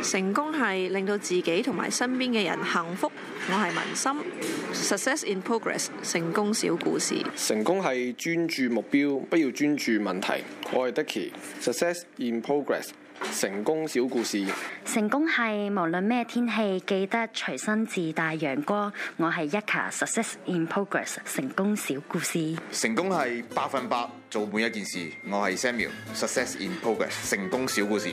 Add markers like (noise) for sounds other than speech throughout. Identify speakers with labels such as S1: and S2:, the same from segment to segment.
S1: 成功係令到自己同埋身邊嘅人幸福。我係文心，Success in Progress，成功小故事。
S2: 成功係專注目標，不要專注問題。我係 Dicky，Success in Progress，成功小故事。
S3: 成功係無論咩天氣，記得隨身自帶陽光。我係 Yaka，Success in Progress，成功小故事。
S4: 成功係百分百做每一件事。我係 Samuel，Success in Progress，成功小故事。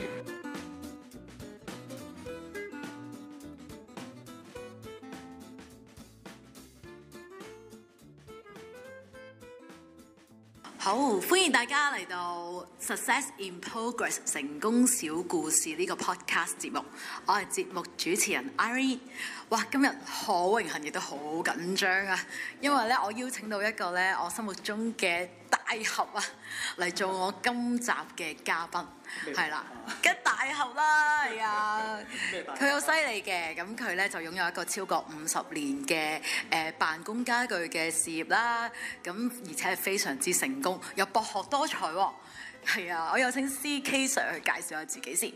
S5: 好，歡迎大家嚟到 Success in Progress 成功小故事呢個 podcast 節目，我係節目主持人 Irene。哇，今日好榮幸，亦都好緊張啊，因為咧我邀請到一個咧我心目中嘅大俠啊，嚟做我今集嘅嘉賓，係啦，梗大俠啦，係啊，佢好犀利嘅，咁佢咧就擁有一個超過五十年嘅誒、呃辦公家具嘅事業啦，咁而且係非常之成功，又博學多才喎、係啊，我有請 C K Sir 去介紹下自己先。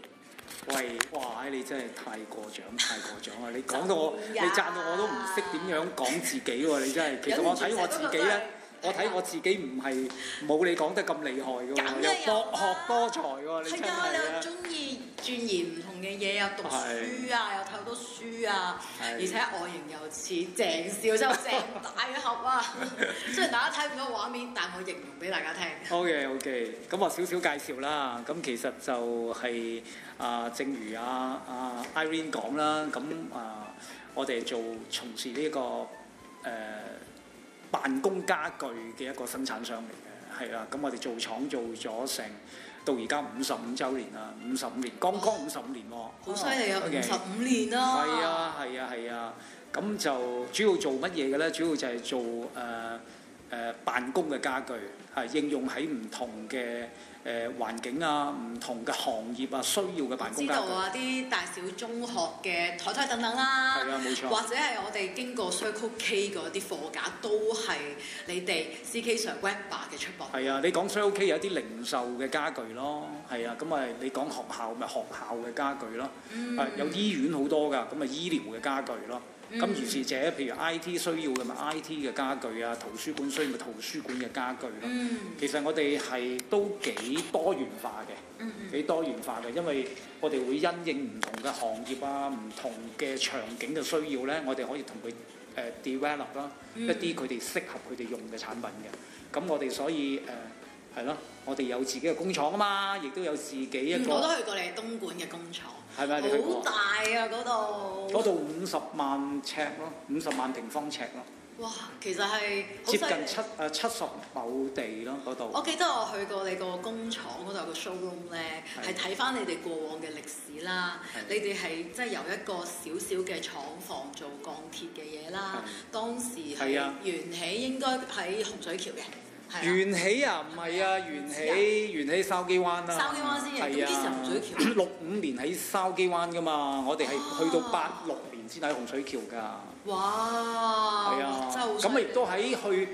S6: 喂，哇！你真係太過獎，太過獎啊啦！你講到我，你讚到我都唔識點樣講自己喎！你真係，其實啊我睇我自己咧，我睇我自己唔係冇你講得咁厲害
S5: 梗
S6: 嘅喎，
S5: 係
S6: 又
S5: 有
S6: 博學多才喎！你真
S5: 係
S6: 係
S5: 啊，你又
S6: 啊！
S5: 中意鑽研唔同嘅嘢，又讀書啊，又睇好多書啊，
S6: 係
S5: 而且外形又似鄭少秋、鄭大俠啊。雖然大家睇唔到畫面，但我形容俾大家聽。
S6: OK OK，咁我少少介紹啦。咁其實就係、啊、正如啊啊 Irene 講啦，咁啊、我哋做從事呢、個誒、辦公家具嘅一個生產商嚟嘅，係啦。咁我哋做廠做咗成到而家五十五週年啦，五十五年，剛剛五十五年喎，
S5: 好犀利啊！五
S6: OK
S5: 十五年啦，
S6: 係啊，係啊，係啊。咁就主要做乜嘢嘅咧？主要就係做誒誒、呃呃辦公嘅家具，係應用喺唔同嘅誒、呃、環境啊、唔同嘅行業啊需要嘅辦
S5: 知
S6: 公家
S5: 道
S6: 具。
S5: 啊啲大小中學嘅台台等等啦，
S6: 係啊冇錯
S5: 或者係我哋經過 Circle K 嗰啲貨架都係你哋 CK 上 Webber 嘅出品。
S6: 係啊，你講 s h o K 有啲零售嘅家具咯，係啊，咁啊你講學校咪學校嘅家具咯，啊有醫院好多㗎，咁啊醫療嘅家具咯。咁如是者，譬如 I T 需要嘅咪 I T 嘅家具啊，圖書館需要咪圖書館嘅家具咯。
S5: 嗯
S6: 其實我哋係都幾多元化
S5: 嗯
S6: 嘅，幾多元化嘅，因為我哋會因應唔同嘅行業啊、唔同嘅場景嘅需要咧，我哋可以同佢誒 develop 啦，
S5: 嗯
S6: 一啲佢哋適合佢哋用嘅產品嘅。咁我哋所以誒係咯，我哋有自己嘅工廠啊嘛，亦都有自己一
S5: 嗯我都
S6: 個
S5: 去過你哋東莞嘅工廠，
S6: 係咪你去過
S5: 好大啊嗰
S6: 嗰
S5: 度，
S6: 度五十萬尺咯，五十萬平方尺咯，
S5: 哇！其實係好犀
S6: 接近
S5: 利
S6: 七誒七十畝地咯
S5: 我
S6: 嗰度。
S5: 記得我去過你個工廠嗰度有個 showroom 咧，
S6: 係
S5: 係睇翻你哋過往嘅歷史啦。
S6: 係
S5: 你哋係即係由一個小小嘅廠房做鋼鐵嘅嘢啦。當時
S6: 係
S5: 係
S6: 啊
S5: 緣起應該喺洪水橋嘅，係啦。
S6: 緣起啊，唔係啊，緣起緣起筲箕灣啦，
S5: 筲箕灣先有咁
S6: 係
S5: 幾時
S6: 啊
S5: 洪水橋
S6: (clears throat)
S5: 哦
S6: 六五年喺筲箕灣噶嘛，我哋係去到八六年先喺洪水橋㗎，
S5: 哇！
S6: 係啊
S5: 哦真係好，犀
S6: 咁
S5: 利
S6: 咪亦都喺去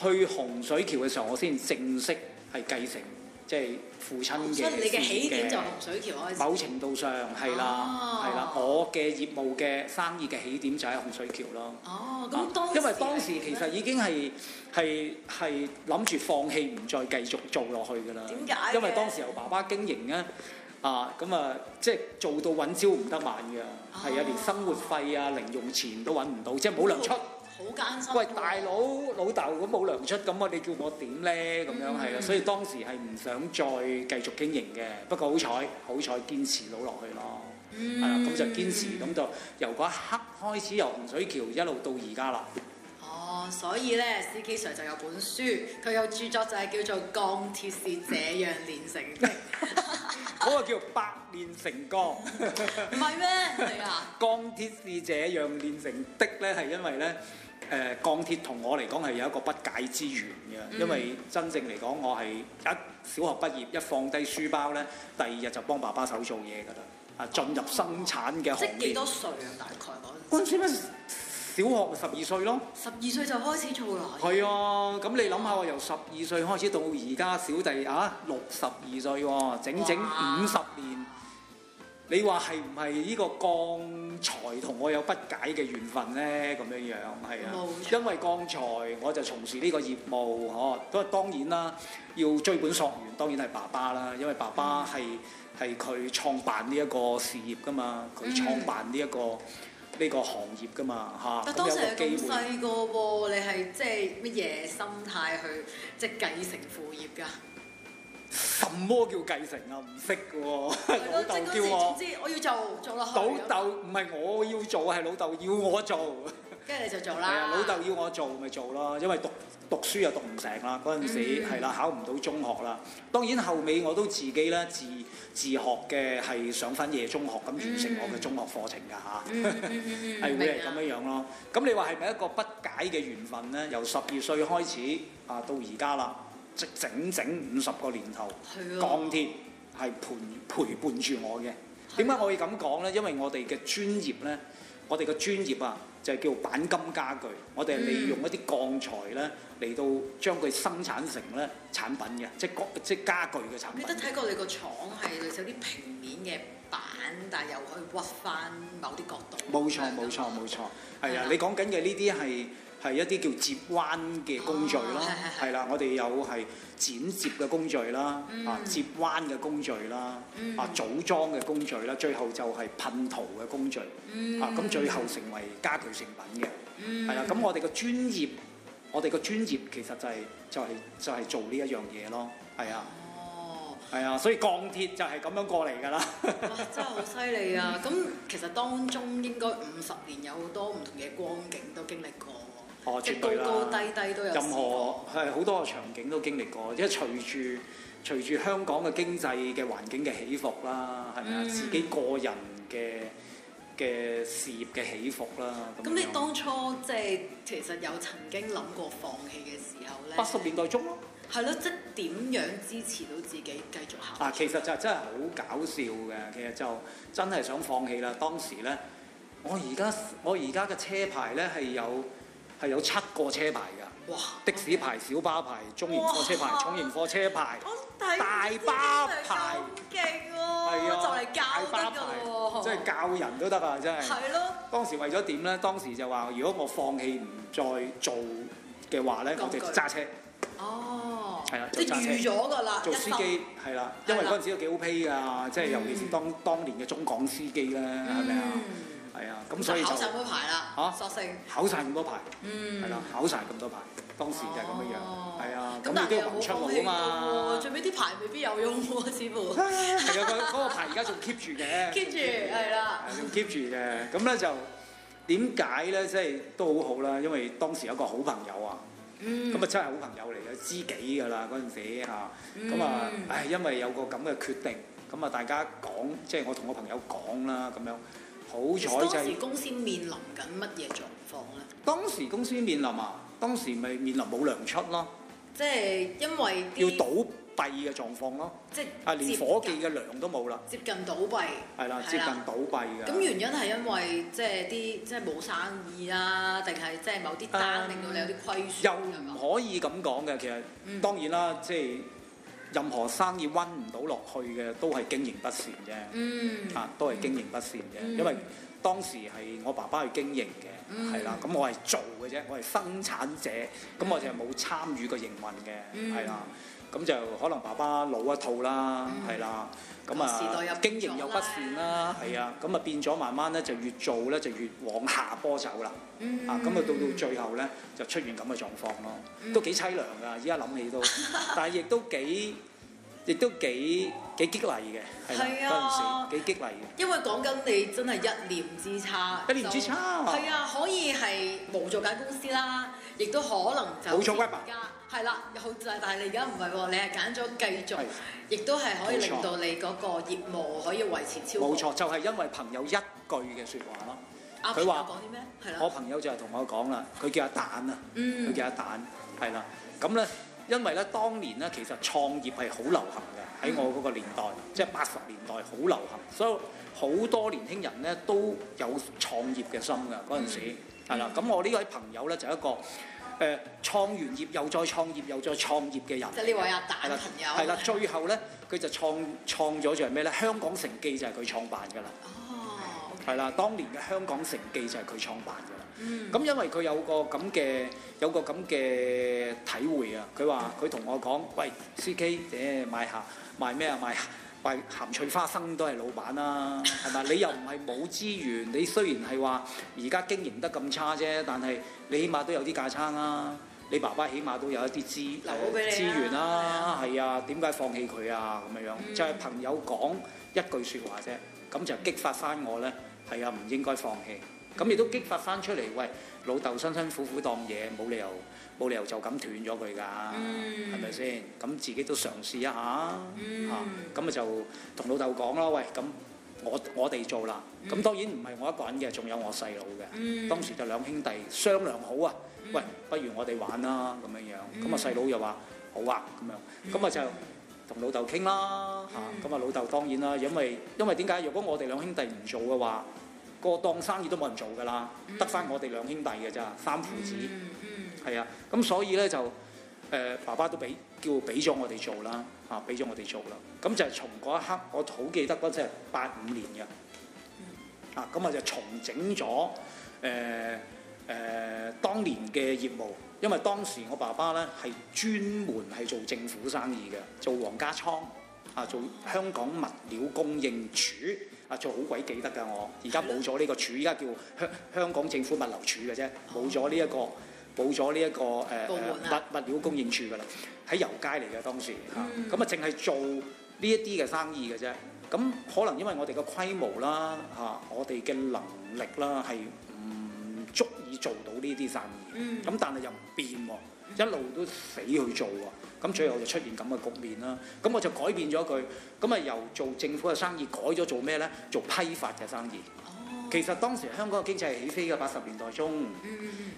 S6: 去洪水橋嘅時候，我先正式係繼承即係父親嘅
S5: 哦所以你嘅起點
S6: 事
S5: 就係洪水橋開始。
S6: 某程度上係啦，
S5: 哦
S6: 係啦，我嘅業務嘅生意嘅起點就喺洪水橋咯。
S5: 哦，
S6: 啊
S5: 咁當
S6: 因為當時
S5: 係
S6: 其實已經係係係諗住放棄唔再繼續做落去㗎啦。
S5: 點解嘅
S6: 因為當時由爸爸經營咧，啊咁啊，即係做到揾朝唔得晚
S5: 哦
S6: 㗎，係啊，連生活費啊、零用錢都揾唔到，即係冇糧出。
S5: 好艱辛喎。
S6: 喂，大佬老豆咁冇糧出，咁我哋叫我點呢？咁樣係啊
S5: 嗯
S6: 啦，所以當時係唔想再繼續經營嘅。不過好彩，好彩堅持到落去咯。
S5: 嗯
S6: 係啦，咁就堅持，咁就由嗰一刻開始，由洪水橋一路到而家啦。
S5: 哦，所以咧，C.K. Sir 就有本書，佢有著作就係叫做《鋼鐵是這樣煉成的》，
S6: 嗰個叫百煉成鋼， (laughs)
S5: 唔係咩？係啊，
S6: 鋼鐵是這樣煉成的呢，係因為呢，誒、鋼鐵同我嚟講係有一個不解之緣
S5: 嗯
S6: 嘅，因為真正嚟講，我係一小學畢業一放低書包呢，第二日就幫爸爸手做嘢㗎啦，啊進入生產嘅
S5: 即
S6: 行
S5: 係幾
S6: 列
S5: 多。歲啊？大概嗰
S6: 嗰陣時咩？小學十二歲咯，
S5: 十二歲就開始做啦。
S6: 係啊，咁你諗下喎，由十二歲開始到而家，小弟啊六十二歲喎，整整
S5: 哇
S6: 五十年你話係唔係呢個鋼材同我有不解嘅緣分呢？咁樣樣係啊
S5: 冇，錯
S6: 因為鋼材我就從事呢個業務，哦，不過當然啦，要追本溯源，當然係爸爸啦，因為爸爸係
S5: 嗯
S6: 係佢創辦呢一個事業噶嘛，佢
S5: 嗯
S6: 創辦呢、一個呢、個行業噶嘛嚇，
S5: 但
S6: 咁
S5: 當
S6: 有
S5: 時
S6: 個
S5: 係咁
S6: 機會。
S5: 細個喎，你係即係乜嘢心態去即係繼承父業㗎？
S6: 什麼叫繼承啊？唔識嘅喎，
S5: 係
S6: 老
S5: 咯，
S6: 豆
S5: 即係嗰
S6: 叫
S5: 時
S6: 我
S5: 總。之我要做做落去，
S6: 老豆唔係我要做，係老豆要
S5: (laughs)
S6: 我做。
S5: 跟住你就做
S6: 係
S5: 啦。
S6: 啊，老豆要我做咪做咯，因為讀讀書又讀唔成啦，嗰陣
S5: 嗯
S6: 時係啦，考唔到中學啦。當然後尾我都自己咧自自學嘅，係上翻夜中學咁完成我嘅中學課程㗎嚇。
S5: 嗯
S6: (laughs) 係
S5: 明啊
S6: 會係咁樣樣咯。咁你話係咪一個不解嘅緣分呢？由十二歲開始啊，到而家啦，即整整五十個年頭，
S5: 係啊
S6: 鋼鐵係陪陪伴住我嘅。點解我會咁講呢？因為我哋嘅專業呢，我哋嘅專業啊，就係叫板金家具。我哋係利用一啲鋼材呢，嚟到將佢生產成呢產品嘅，即係各即係家具嘅產
S5: 你
S6: 品
S5: 都。睇過你個廠係類似有啲平面嘅板，但係又可以屈翻某啲角度。
S6: 冇錯冇錯冇錯，係
S5: 啊係
S6: 啊
S5: 啦！
S6: 你講緊嘅呢啲係係一啲叫接彎嘅工序啦
S5: 哦，係係係
S6: 係啦，我哋有係剪接嘅工序啦，
S5: 嗯
S6: 啊接彎嘅工序啦，啊組裝嘅工序啦，最後就係噴塗嘅工序，
S5: 嗯
S6: 啊咁最後成為家具成品嘅，係啦，咁我哋嘅專業，我哋嘅專業其實就係就係就係做呢一樣嘢咯，係啊
S5: 哦，
S6: 係啊，所以鋼鐵就係咁樣過嚟㗎啦。
S5: 哇！真係好犀利啊！咁其實當中應該五十年有好多唔同嘅光景都經歷過，
S6: 哦
S5: 即係
S6: 絕對啦
S5: 高高低低都有
S6: 任
S5: 試
S6: 何
S5: 過。
S6: 係好多個場景都經歷過，即係隨住隨住香港嘅經濟嘅環境嘅起伏啦，係咪
S5: 嗯
S6: 啊？自己個人嘅嘅事業嘅起伏啦，
S5: 咁你
S6: 樣
S5: 當初即係其實有曾經諗過放棄嘅時候咧？
S6: 八十年代中咯。
S5: 係咯，即係點樣支持到自己繼續行？
S6: 啊，其實就真係好搞笑嘅，其實就真係想放棄啦。當時呢，我而家我而家嘅車牌呢係有係有七個車牌㗎，
S5: 哇！
S6: 的士牌、小巴牌、中型貨車牌
S5: 哇、
S6: 重型貨車牌。
S5: 我睇
S6: 大巴牌
S5: 咁勁喎，
S6: 係啊
S5: 就嚟教
S6: 大
S5: 得
S6: 巴牌
S5: 㗎喎，
S6: 即係教人都得啊！真係。
S5: 係咯。
S6: 當時為咗點咧？當時就話，如果我放棄唔再做嘅話咧，我
S5: 鋼
S6: 就
S5: 鋸
S6: 揸車
S5: 哦，
S6: 係啦
S5: 即係
S6: 做揸車
S5: 預咗㗎啦，
S6: 做
S5: 啊一
S6: 司
S5: 生
S6: 機，係啦，因為
S5: 係啦嗯
S6: 嗰陣時都幾好 pay 㗎，即係尤其是當當年嘅中港司機咧，係咪啊？係啊，咁所以
S5: 就
S6: 就
S5: 考晒嗰牌啦，
S6: 嚇
S5: 索性。
S6: 考晒咁多牌，
S5: 嗯
S6: 係啦，考晒咁多牌，當時就係咁樣樣，
S5: 哦
S6: 係啊，
S5: 咁
S6: 咁
S5: 但
S6: 你
S5: 係你
S6: 都
S5: 又冇
S6: 要行出
S5: 放
S6: 路
S5: 棄
S6: 啊嘛
S5: 喎，。最尾啲牌未必有用喎，似
S6: (laughs)
S5: 乎
S6: 係啊，嗰嗰個牌而家仲 keep 住嘅
S5: keep 住係啦，
S6: 要 keep 住嘅。咁咧就點解咧？即係都好好啦，因為當時有一個好朋友啊，
S5: 嗯
S6: 咁啊真係好朋友嚟嘅，知己㗎啦嗰陣時嚇。
S5: 嗯
S6: 咁啊，唉，因為有個咁嘅決定，咁啊大家講，即係我同我朋友講啦，咁樣好彩就
S5: 當
S6: 係
S5: 時公司面臨緊乜嘢狀況咧？
S6: 當時公司面臨啊，當時咪面臨冇糧出咯，
S5: 即係因為
S6: 要
S5: 啲
S6: 倒閉嘅狀況咯，
S5: 即係
S6: 啊連
S5: 接
S6: 伙計
S5: 近
S6: 嘅糧都冇啦，
S5: 接近倒閉，
S6: 係啦，接近啊倒閉㗎。
S5: 咁原因係因為即係啲即係冇生意啦，定係即係某啲單
S6: 誒
S5: 令到你有啲虧損
S6: 啊又
S5: 咁啊
S6: 唔可以咁講嘅，其實
S5: 嗯
S6: 當然啦，即係任何生意温唔到落去嘅，都係經營不善啫。
S5: 嗯，
S6: 啊，都係經營不善嘅，
S5: 嗯
S6: 因為當時係我爸爸去經營嘅，係啦、咁我係做嘅啫，我係生產者，
S5: 嗯
S6: 咁我就冇參與過營運嘅，係啦、咁就可能爸爸老一套啦，係啦、咁
S5: 個嗯時代又
S6: 啊
S5: 唔
S6: 經營又不善啦，
S5: 同
S6: 係啊，咁啊變咗慢慢咧就越做咧就越往下坡走啦，啊咁啊到到最後咧就出現咁嘅狀況咯，都幾凄涼㗎，依家諗起都，但係亦都幾。亦都幾幾激勵嘅，係
S5: 係
S6: 啦
S5: 啊
S6: 嗰陣時幾激勵嘅。
S5: 因為講緊你真係一念之差，
S6: 一念之差
S5: 就係啊，可以係冇做間公司啦，亦都可能就
S6: 冇做 web 啊
S5: 而家係啦，好但係你而家唔係喎，你係揀咗繼續
S6: 係，
S5: 亦都係可以
S6: 冇錯
S5: 令到你嗰個業務可以維持超過。
S6: 冇錯，就係、因為朋友一句嘅説話咯。
S5: 啊，
S6: 佢話
S5: 朋友講啲咩？係
S6: 我
S5: 啦，
S6: 朋友就係同我講啦，佢叫阿蛋啊，
S5: 嗯
S6: 佢叫阿蛋，係啦。咁咧，因為咧當年咧其實創業係好流行嘅，喺
S5: 嗯
S6: 我嗰個年代，即係八十年代好流行，所以好多年輕人
S5: 嗯
S6: 咧都有創業嘅心㗎嗰陣時，係啦。咁我呢位朋友咧就一個誒創完業又再創業又再創業嘅人。
S5: 即係呢位阿蛋
S6: 係啦
S5: 朋友。
S6: 係啦，最後咧佢就創創咗就係咩咧？香港城記就係佢創辦㗎啦。
S5: 哦，OK 嗯
S6: 係啦，當年嘅香港城記就係佢創辦㗎啦。咁、因為佢有個咁嘅有個咁嘅體會啊，佢話佢同我講：，喂，C K，誒賣下賣咩啊賣鹹。賣鹹脆花生都係老闆啦、係
S5: (laughs)
S6: 咪？你又唔係冇資源，你雖然係話而家經營得咁差啫，但係你起碼都有啲架撐啦、你爸爸起碼都有一啲資
S5: 留咗俾你啊
S6: 資源啦、係啊，點解放棄佢啊？咁樣樣、就係朋友講一句説話啫，咁就激發翻我呢，係啊，唔應該放棄。咁亦都激發翻出嚟，喂，老豆辛辛苦苦當嘢，冇理由冇理由就咁斷咗佢㗎，係咪先？咁自己都嘗試一下，嚇、咁咪就同老豆講啦，喂，咁我我哋做啦。咁當然唔係我一個人嘅，仲有我細佬嘅。當時就兩兄弟商量好啊，喂，不如我哋玩啦咁樣樣。咁啊細佬又話好啊咁樣，咁啊就。同老豆傾啦嚇，咁啊老豆當然啦，因為因為點解？如果我哋兩兄弟唔做嘅話，個檔生意都冇人做㗎啦，得翻我哋兩兄弟嘅咋，三父子，
S5: 嗯
S6: 係啊，咁所以咧就誒、爸爸都俾叫俾咗我哋做啦，嚇俾咗我哋做啦，咁就係從嗰一刻，我好記得嗰陣係八五年嘅，啊咁我就重整咗誒誒當呃年嘅業務，因為當時我爸爸咧係專門係做政府生意嘅，做皇家倉。啊，做香港物料供應處啊，做好鬼記得㗎我，而家冇咗呢個處，而家叫香香港政府物流處嘅啫，冇咗呢一個冇咗呢一個誒、呃
S5: 哦部門啊
S6: 物物料供應處㗎啦，喺油街嚟嘅當時
S5: 嗯
S6: 嚇，咁啊淨係做呢一啲嘅生意嘅啫，咁可能因為我哋嘅規模啦嚇、我哋嘅能力啦係唔足以做到呢啲生意，咁、但係又唔變喎。一路都死去做喎，咁最後就出現咁嘅局面啦。咁我就改變咗佢，咁啊由做政府嘅生意改咗做咩呢？做批發嘅生意。其實當時香港嘅經濟係起飛嘅八十年代中，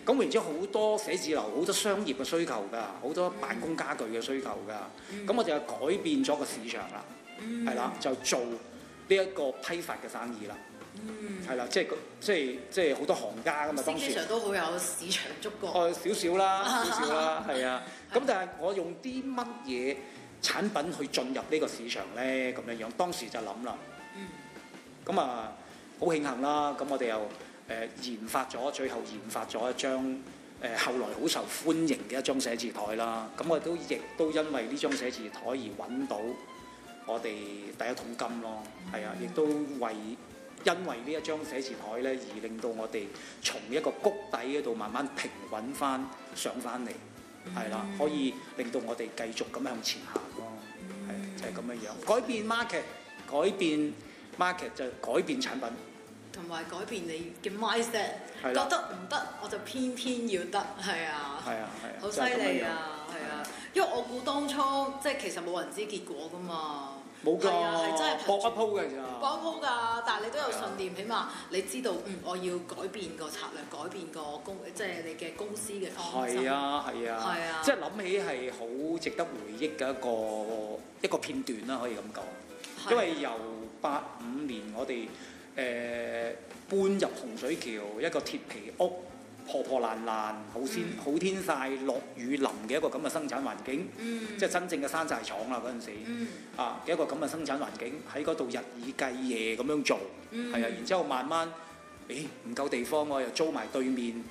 S6: 咁然之後好多寫字樓、好多商業嘅需求㗎，好多辦公家具嘅需求㗎。咁我就改變咗個市場啦，係啦，就做呢一個批發嘅生意啦，係啦，即係即係即係好多行家㗎嘛，當時
S5: Signature。都好有市場觸覺。
S6: 哦，少少啦，少少啦，係啊。咁但係我用啲乜嘢產品去進入呢個市場呢？咁樣樣當時就諗啦。咁啊，好慶幸啦！咁我哋又誒、呃研發咗，最後研發咗一張誒、呃、後來好受歡迎嘅一張寫字台啦。咁我都亦都因為呢張寫字台而揾到我哋第一桶金咯。係啊，亦都為因為呢一張寫字台咧，而令到我哋從一個谷底嗰度慢慢平穩翻上翻嚟，係啦，
S5: 嗯
S6: 可以令到我哋繼續咁向前行咯，
S5: 嗯
S6: 係就係咁樣樣，改變 market，改變 market 就係改變產品，
S5: 同埋改變你嘅 mindset，
S6: 係
S5: 覺
S6: 啦
S5: 得唔得我就偏偏要得，係啊，
S6: 係啊係啊
S5: 好犀
S6: 就係咁樣
S5: 利啊，係啊，因為我估當初即係其實冇人知結果噶嘛，
S6: 冇㗎
S5: 係啊，係真係，
S6: 搏一鋪嘅咋，
S5: 幫鋪㗎，但係你都有信
S6: 啊
S5: 念，起碼你知道嗯我要改變個策略，改變個公即係你嘅公司嘅方針，
S6: 係啊係啊
S5: 係啊，
S6: 即係諗起係好值得回憶嘅一個一個片段啦，可以咁講。
S5: 係啊，
S6: 因為由八五年我哋誒、呃搬入洪水橋一個鐵皮屋，破破爛爛，好天好天曬，落雨淋嘅一個咁嘅生產環境，即係真正嘅山寨廠啦嗰陣時，啊嘅一個咁嘅生產環境喺嗰度日以繼夜咁樣做，係、啊，然之後慢慢，誒唔夠地方喎，又租埋對面。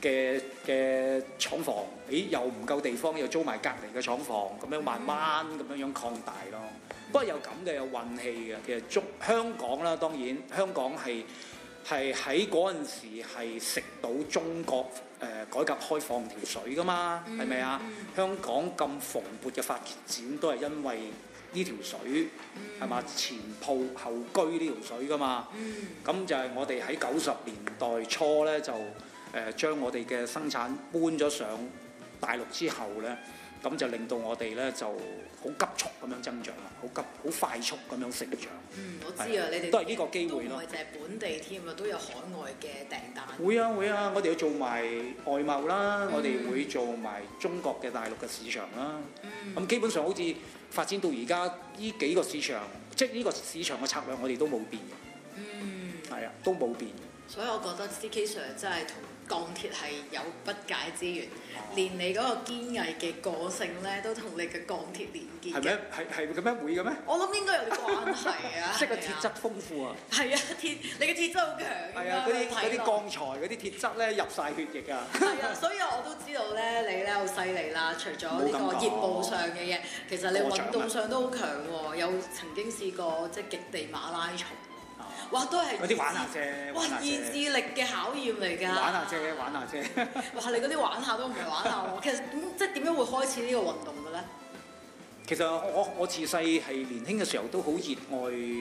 S6: 嘅嘅廠房，咦又唔夠地方，又租埋隔離嘅廠房，咁樣慢慢咁樣樣擴大咯。不過有咁嘅有運氣嘅，其實中香港啦，當然香港係係喺嗰陣時係食到中國誒、呃改革開放條水噶嘛，係咪啊？香港咁蓬勃嘅發展都係因為呢條水係嘛、前鋪後居呢條水噶嘛。咁就係我哋喺九十年代初咧，就誒、呃、將我哋嘅生產搬咗上大陸之後咧，咁就令到我哋咧就好急速咁樣增長啦，好急好快速咁樣成長。
S5: 嗯我知啊，你哋
S6: 都係呢個機會
S5: 都唔
S6: 咯
S5: 係淨係本地添啊，都有海外嘅訂單。
S6: 會啊會啊，我哋要做埋外貿啦，
S5: 嗯
S6: 我哋會做埋中國嘅大陸嘅市場啦。
S5: 嗯
S6: 咁、基本上好似發展到而家呢
S5: 嗯
S6: 幾個市場，即係呢個市場嘅策略，我哋都冇變嘅。嗯，係啊，都冇變嘅。
S5: 所以我覺得 CK Sir 真係同鋼鐵係有不解之緣，
S6: 哦
S5: 連你嗰個堅毅嘅個性咧，都同你嘅鋼鐵連結
S6: 係
S5: 嘅。
S6: 咩？係係咁樣會嘅咩？，
S5: 我諗應該有啲關係啊
S6: (laughs) 即係個鐵質豐富啊！
S5: 係啊，係啊，鐵你嘅鐵質好強㗎
S6: 係啊，嗰啲嗰啲。
S5: 睇落
S6: 鋼材嗰啲鐵質咧入晒血液啊！
S5: 係啊，所以我都知道咧，你咧好犀利啦。除咗呢個業務上嘅嘢，其實你運動上都好強喎。有曾經試過即係極地馬拉松， (laughs) 哇，都係
S6: 嗰啲玩下啫
S5: 哇啊
S6: 玩下，啫
S5: 意志力嘅考驗嚟㗎。
S6: 玩下啫，玩下啫。 (laughs)
S5: 哇！你嗰啲玩下都唔係玩下喎，其實點即係點樣會開始呢個運動嘅咧？
S6: 其實我我自細係年輕嘅時候都好熱愛誒、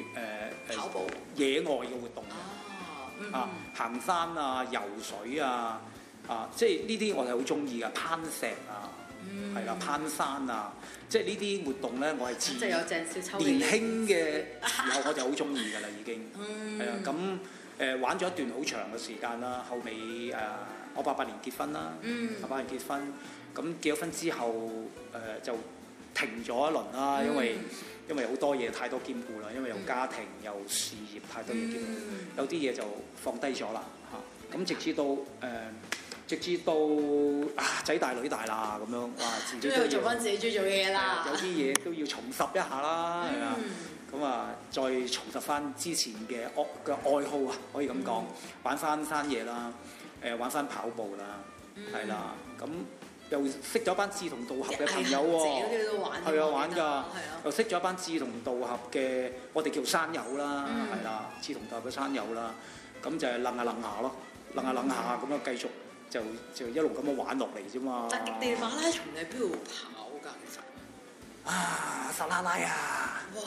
S6: 誒
S5: 跑步
S6: 野外嘅活動嘅
S5: 啊，
S6: 啊
S5: 嗯，
S6: 行山啊、游水啊啊，即係呢啲我係好中意嘅，攀石啊，
S5: 嗯
S6: 係啦、攀山啊，即係呢啲活動咧，我係自
S5: 即係有鄭少秋嘅
S6: 年輕嘅時候我就好中意㗎啦，已
S5: (laughs)
S6: 經
S5: 嗯
S6: 係啊，咁誒、玩咗一段好長嘅時間啦，後尾誒、我八八年結婚啦，
S5: 嗯
S6: 八八、年結婚，咁結咗婚之後誒、就停咗一輪
S5: 嗯
S6: 啦，因為、因為好多嘢太多兼顧啦，因為有家庭有事業太多嘢
S5: 嗯
S6: 兼顧，有啲嘢就放低咗啦嚇，咁、直至到誒。直至到啊仔大女大啦咁樣，哇自己
S5: 終
S6: 都
S5: 於
S6: 要
S5: 去做翻自己中意做嘅嘢啦
S6: 有。啲嘢都要重拾一下啦，係啊，咁啊再重拾翻之前嘅愛嘅愛好啊，可以咁講，玩翻山嘢啦，誒玩翻跑步啦，係啦，咁又識咗班志同道合嘅朋 (laughs) 友
S5: 即係毅行者嗰啲都玩㗎
S6: 喎，係啊
S5: 我
S6: 玩
S5: 記得係
S6: 㗎
S5: 啊，
S6: 又識咗一班志同道合嘅，我哋叫山友啦，嗯係啦，志同道合嘅山友啦，咁就係楞下楞下咯，楞下楞下咁啊樣繼續就就一路咁樣玩落嚟啫嘛。
S5: 但極地馬拉松你係邊度跑㗎？其實，
S6: 啊，撒拉拉啊！
S5: 哇！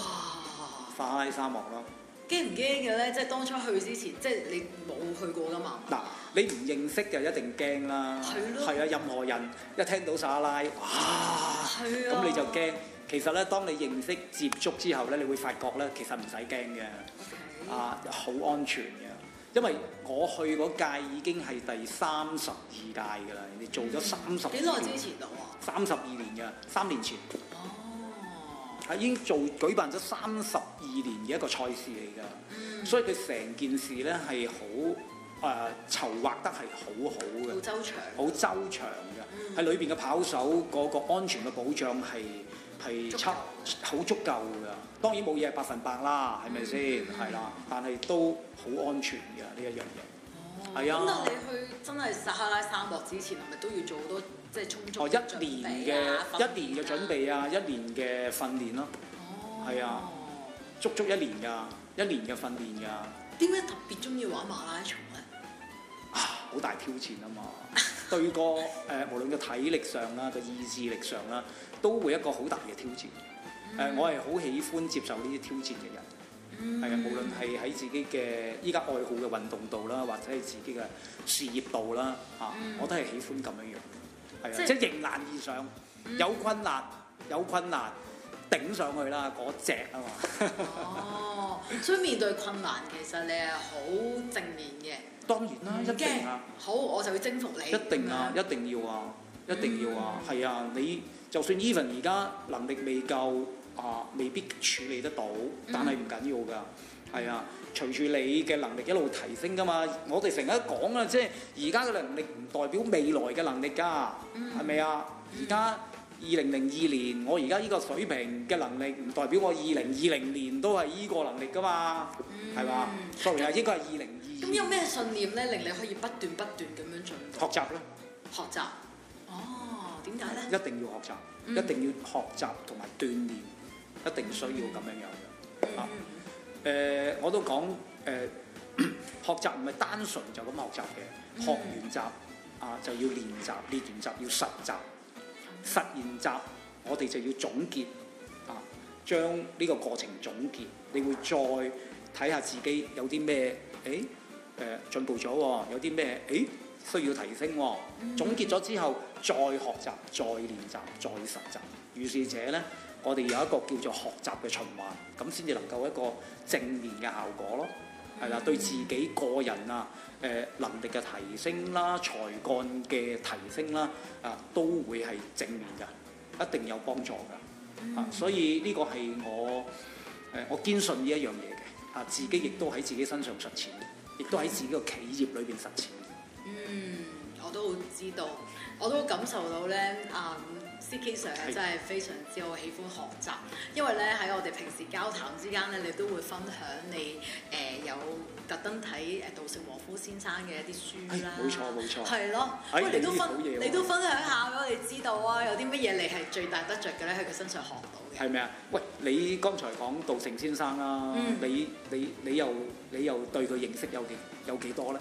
S6: 法拉利沙漠咯。
S5: 驚唔驚嘅咧？即係當初去之前，即係你冇去過㗎嘛？
S6: 嗱，你唔認識就一定驚啦，
S5: 係咯
S6: 係啊，任何人一聽到撒拉，哇，
S5: 係啊
S6: 咁你就驚。其實咧，當你認識接觸之後咧，你會發覺咧，其實唔使驚嘅，啊，好安全嘅。因為我去嗰屆已經係第三十二屆㗎啦，你做咗三十
S5: 幾耐之前到啊？
S6: 三十二年嘅，三年前
S5: 哦，
S6: 係已經做舉辦咗三十二年嘅一個賽事嚟
S5: 嗯
S6: 㗎，所以佢成件事咧係好誒籌劃得係好好嘅
S5: 澳。洲場。
S6: 好周詳
S5: 嗯
S6: 嘅，喺裏邊嘅跑手個個安全嘅保障係係
S5: 足夠
S6: 差好足夠㗎。當然冇嘢係百分百啦，係咪先？
S5: 嗯
S6: 係啦，但係都好安全嘅呢一樣嘢。係
S5: 哦咁
S6: 啊
S5: 但係，你去真係撒哈拉沙漠之前，係咪都要做好多即係充足
S6: 哦
S5: 嘅準備啊？
S6: 一年嘅一年嘅準
S5: 訓練啊。
S6: 備啊，一年嘅訓練咯，係啊，
S5: 哦
S6: 足足一年㗎，一年嘅訓練㗎，
S5: 點解特別中意玩馬拉松咧？
S6: 好大挑戰啊嘛。 (laughs) 對個誒、無論個體力上啊啦、個意志力上啦，都會一個好大嘅挑戰。誒、
S5: 嗯
S6: 我係好喜歡接受呢啲挑戰嘅人，係啊、無論係喺自己嘅依家愛好嘅運動度啦，或者係自己嘅事業度啦，嚇、我都係喜歡咁樣樣，係
S5: 嗯即係嗯
S6: 啊，即係迎難而上，有困難有困難頂上去啦，嗰只啊嘛，
S5: 哦，所以面對困難其實你係好正面
S6: 當然啦，
S5: 嘅，
S6: 一
S5: 唔
S6: 定
S5: 驚
S6: 啊，。
S5: 好，我就會征服你。
S6: 一定啊，
S5: 咁樣
S6: 一定要啊，一定要啊，
S5: 嗯
S6: 係啊，你就算 even 而家能力未夠啊，未必處理得到，
S5: 嗯
S6: 但係唔緊要㗎，係啊，隨住你嘅能力一路提升㗎嘛，我哋成日都講啊，即係而家嘅能力唔代表未來嘅能力㗎，
S5: 嗯
S6: 係咪啊？而家二零零二年，我而家呢個水平嘅能力，唔代表我二零二零年都係呢個能力㗎嘛，係嘛？sorry 啊，應該係二零
S5: 嗯咁有
S6: 二
S5: 咩信念咧，令你可以不斷不斷咁樣進步？
S6: 學習啦。
S5: 學習。哦，點解咧？
S6: 一定要學習，一定要學習同埋鍛鍊，一定需要咁樣樣嘅。啊，誒、我都講誒、 (clears throat) 學習唔係單純就咁學習嘅，學完習啊就要練習，練完習要實習，實完習我哋就要總結啊，將呢個過程總結，你會再睇下自己有啲咩誒誒呃進步咗喎，有啲咩誒需要提升喎。總結咗之後，再學習、再練習、再實習。於是者呢，我哋有一個叫做學習嘅循環，咁先至能夠一個正面嘅效果咯。係啦，對自己個人啊，誒、能力嘅提升啦，才幹嘅提升啦，啊都會係正面㗎，一定有幫助㗎。啊，所以呢個係我誒、我堅信呢一樣嘢嘅，啊自己亦都喺自己身上實踐。亦都喺自己個企業裏邊實踐。
S5: 嗯，我都好知道，我都感受到咧，啊、c k Sir 咧
S6: 係
S5: 真係非常之好喜歡學習，因為咧喺我哋平時交談之間咧，你都會分享你誒、呃有特登睇誒稻盛和夫先生嘅一啲書啦，
S6: 係冇錯冇錯
S5: 係咯，
S6: 哎
S5: 喂，你都
S6: 呢啲好
S5: 分
S6: 嘢喎
S5: 你都分享下俾我哋知道啊，有啲乜嘢你係最大得着嘅咧喺佢身上學到嘅，
S6: 係咪啊？喂，你剛才講杜成先生啦，
S5: 嗯
S6: 你你你又你又對佢認識有幾有幾多咧？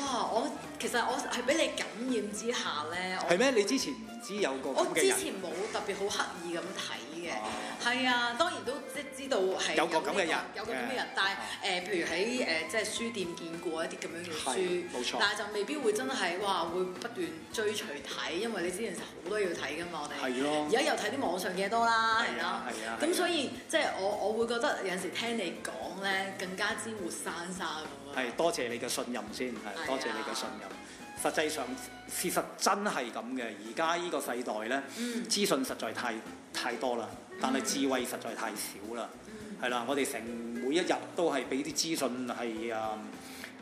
S5: 哇！我其實我係俾你感染之下咧，我
S6: 係咩？你之前唔知有個
S5: 哦我
S6: 咁
S5: 之
S6: 嘅人，
S5: 前冇特別好刻意咁睇嘅
S6: 哦，
S5: 係啊，當然都即係知道係
S6: 有個咁
S5: 呢
S6: 嘅人
S5: 個有個咁嘅人
S6: 嘅，哦
S5: 但係誒，譬如喺誒即係書店見過一啲咁樣嘅
S6: 係
S5: 書，
S6: 冇錯
S5: 但係就未必會真係哇會不斷追隨睇，因為你知其實好多要睇噶嘛，我哋
S6: 係咯
S5: 而家又睇啲網上嘅多啦，係
S6: 係
S5: 啦
S6: 啊係啊，係啊
S5: 咁所以即係我我會覺得有陣時聽你講咧，更加之活生生咁啊，
S6: 係多謝你嘅信任先，
S5: 係啊
S6: 係多謝你嘅信任。實際上事實真係咁嘅，而家呢個世代咧，
S5: 嗯
S6: 資訊實在太太多啦，但係智慧實在太少啦。
S5: 嗯
S6: 係啦，我哋成每一日都係俾啲資訊係啊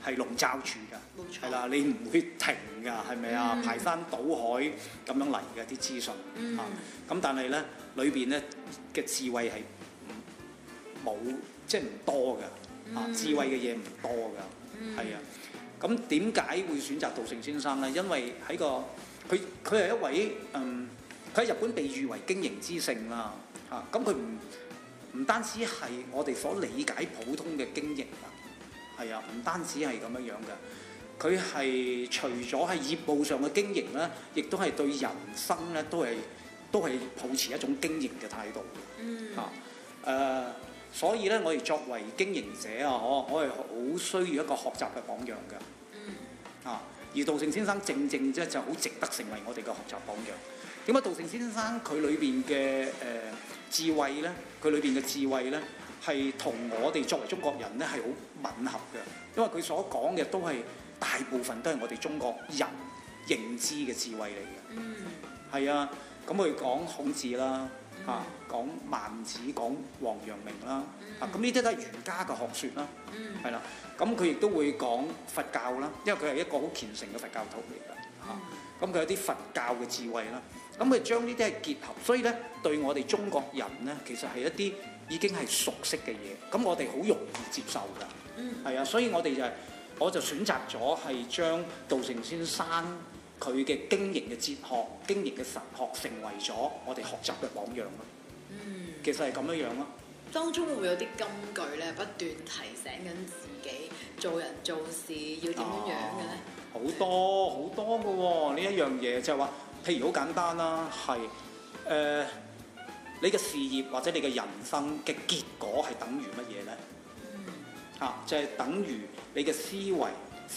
S6: 係籠罩住
S5: 冇
S6: 㗎，
S5: 錯
S6: 係啦，你唔會停㗎，係咪啊？排山倒海咁樣嚟嘅啲資訊
S5: 嗯
S6: 啊，咁但係咧裏邊咧嘅智慧係唔冇即係唔多㗎，
S5: 嗯
S6: 啊智慧嘅嘢唔多㗎，係啊。咁點解會選擇稻盛先生咧？因為喺個佢佢係一位嗯，佢喺日本被譽為經營之聖啦嚇。咁佢唔唔單止係我哋所理解普通嘅經營啊，係啊，唔單止係咁樣樣嘅。佢係除咗喺業務上嘅經營咧，亦都係對人生咧都係都係抱持一種經營嘅態度嘅。
S5: 嗯
S6: 啊誒、所以咧，我哋作為經營者啊，我我係好需要一個學習嘅榜樣嘅。
S5: 嗯
S6: 啊，而杜成先生正正咧就好值得成為我哋嘅學習榜樣。點解杜成先生佢裏邊嘅誒智慧咧，佢裏邊嘅智慧咧係同我哋作為中國人咧係好吻合嘅，因為佢所講嘅都係大部分都係我哋中國人認知嘅智慧嚟嘅。
S5: 嗯
S6: 係啊，咁佢講孔子啦，嚇、講孟子，講王陽明啦，啊咁呢啲都係儒家嘅學説啦，
S5: 嗯
S6: 係啦、咁佢亦都會講佛教啦，因為佢係一個好虔誠嘅佛教徒嚟㗎，嚇、咁佢有啲佛教嘅智慧啦，咁佢將呢啲係結合，所以咧對我哋中國人咧，其實係一啲已經係熟悉嘅嘢，咁我哋好容易接受㗎。
S5: 嗯
S6: 係啊，所以我哋就係、我就選擇咗係將稻盛先生佢嘅經營嘅哲學、經營嘅神學，成為咗我哋學習嘅榜樣咯。
S5: 嗯。
S6: 其實係咁樣樣咯。
S5: 當中會唔會有啲金句咧，不斷提醒緊自己做人做事要點樣樣嘅咧？
S6: 好多好多嘅喎、呢一樣嘢就係話，譬如好簡單啦，係誒、呃你嘅事業或者你嘅人生嘅結果係等於乜嘢咧？
S5: 嗯
S6: 嚇、就係、等於你嘅思維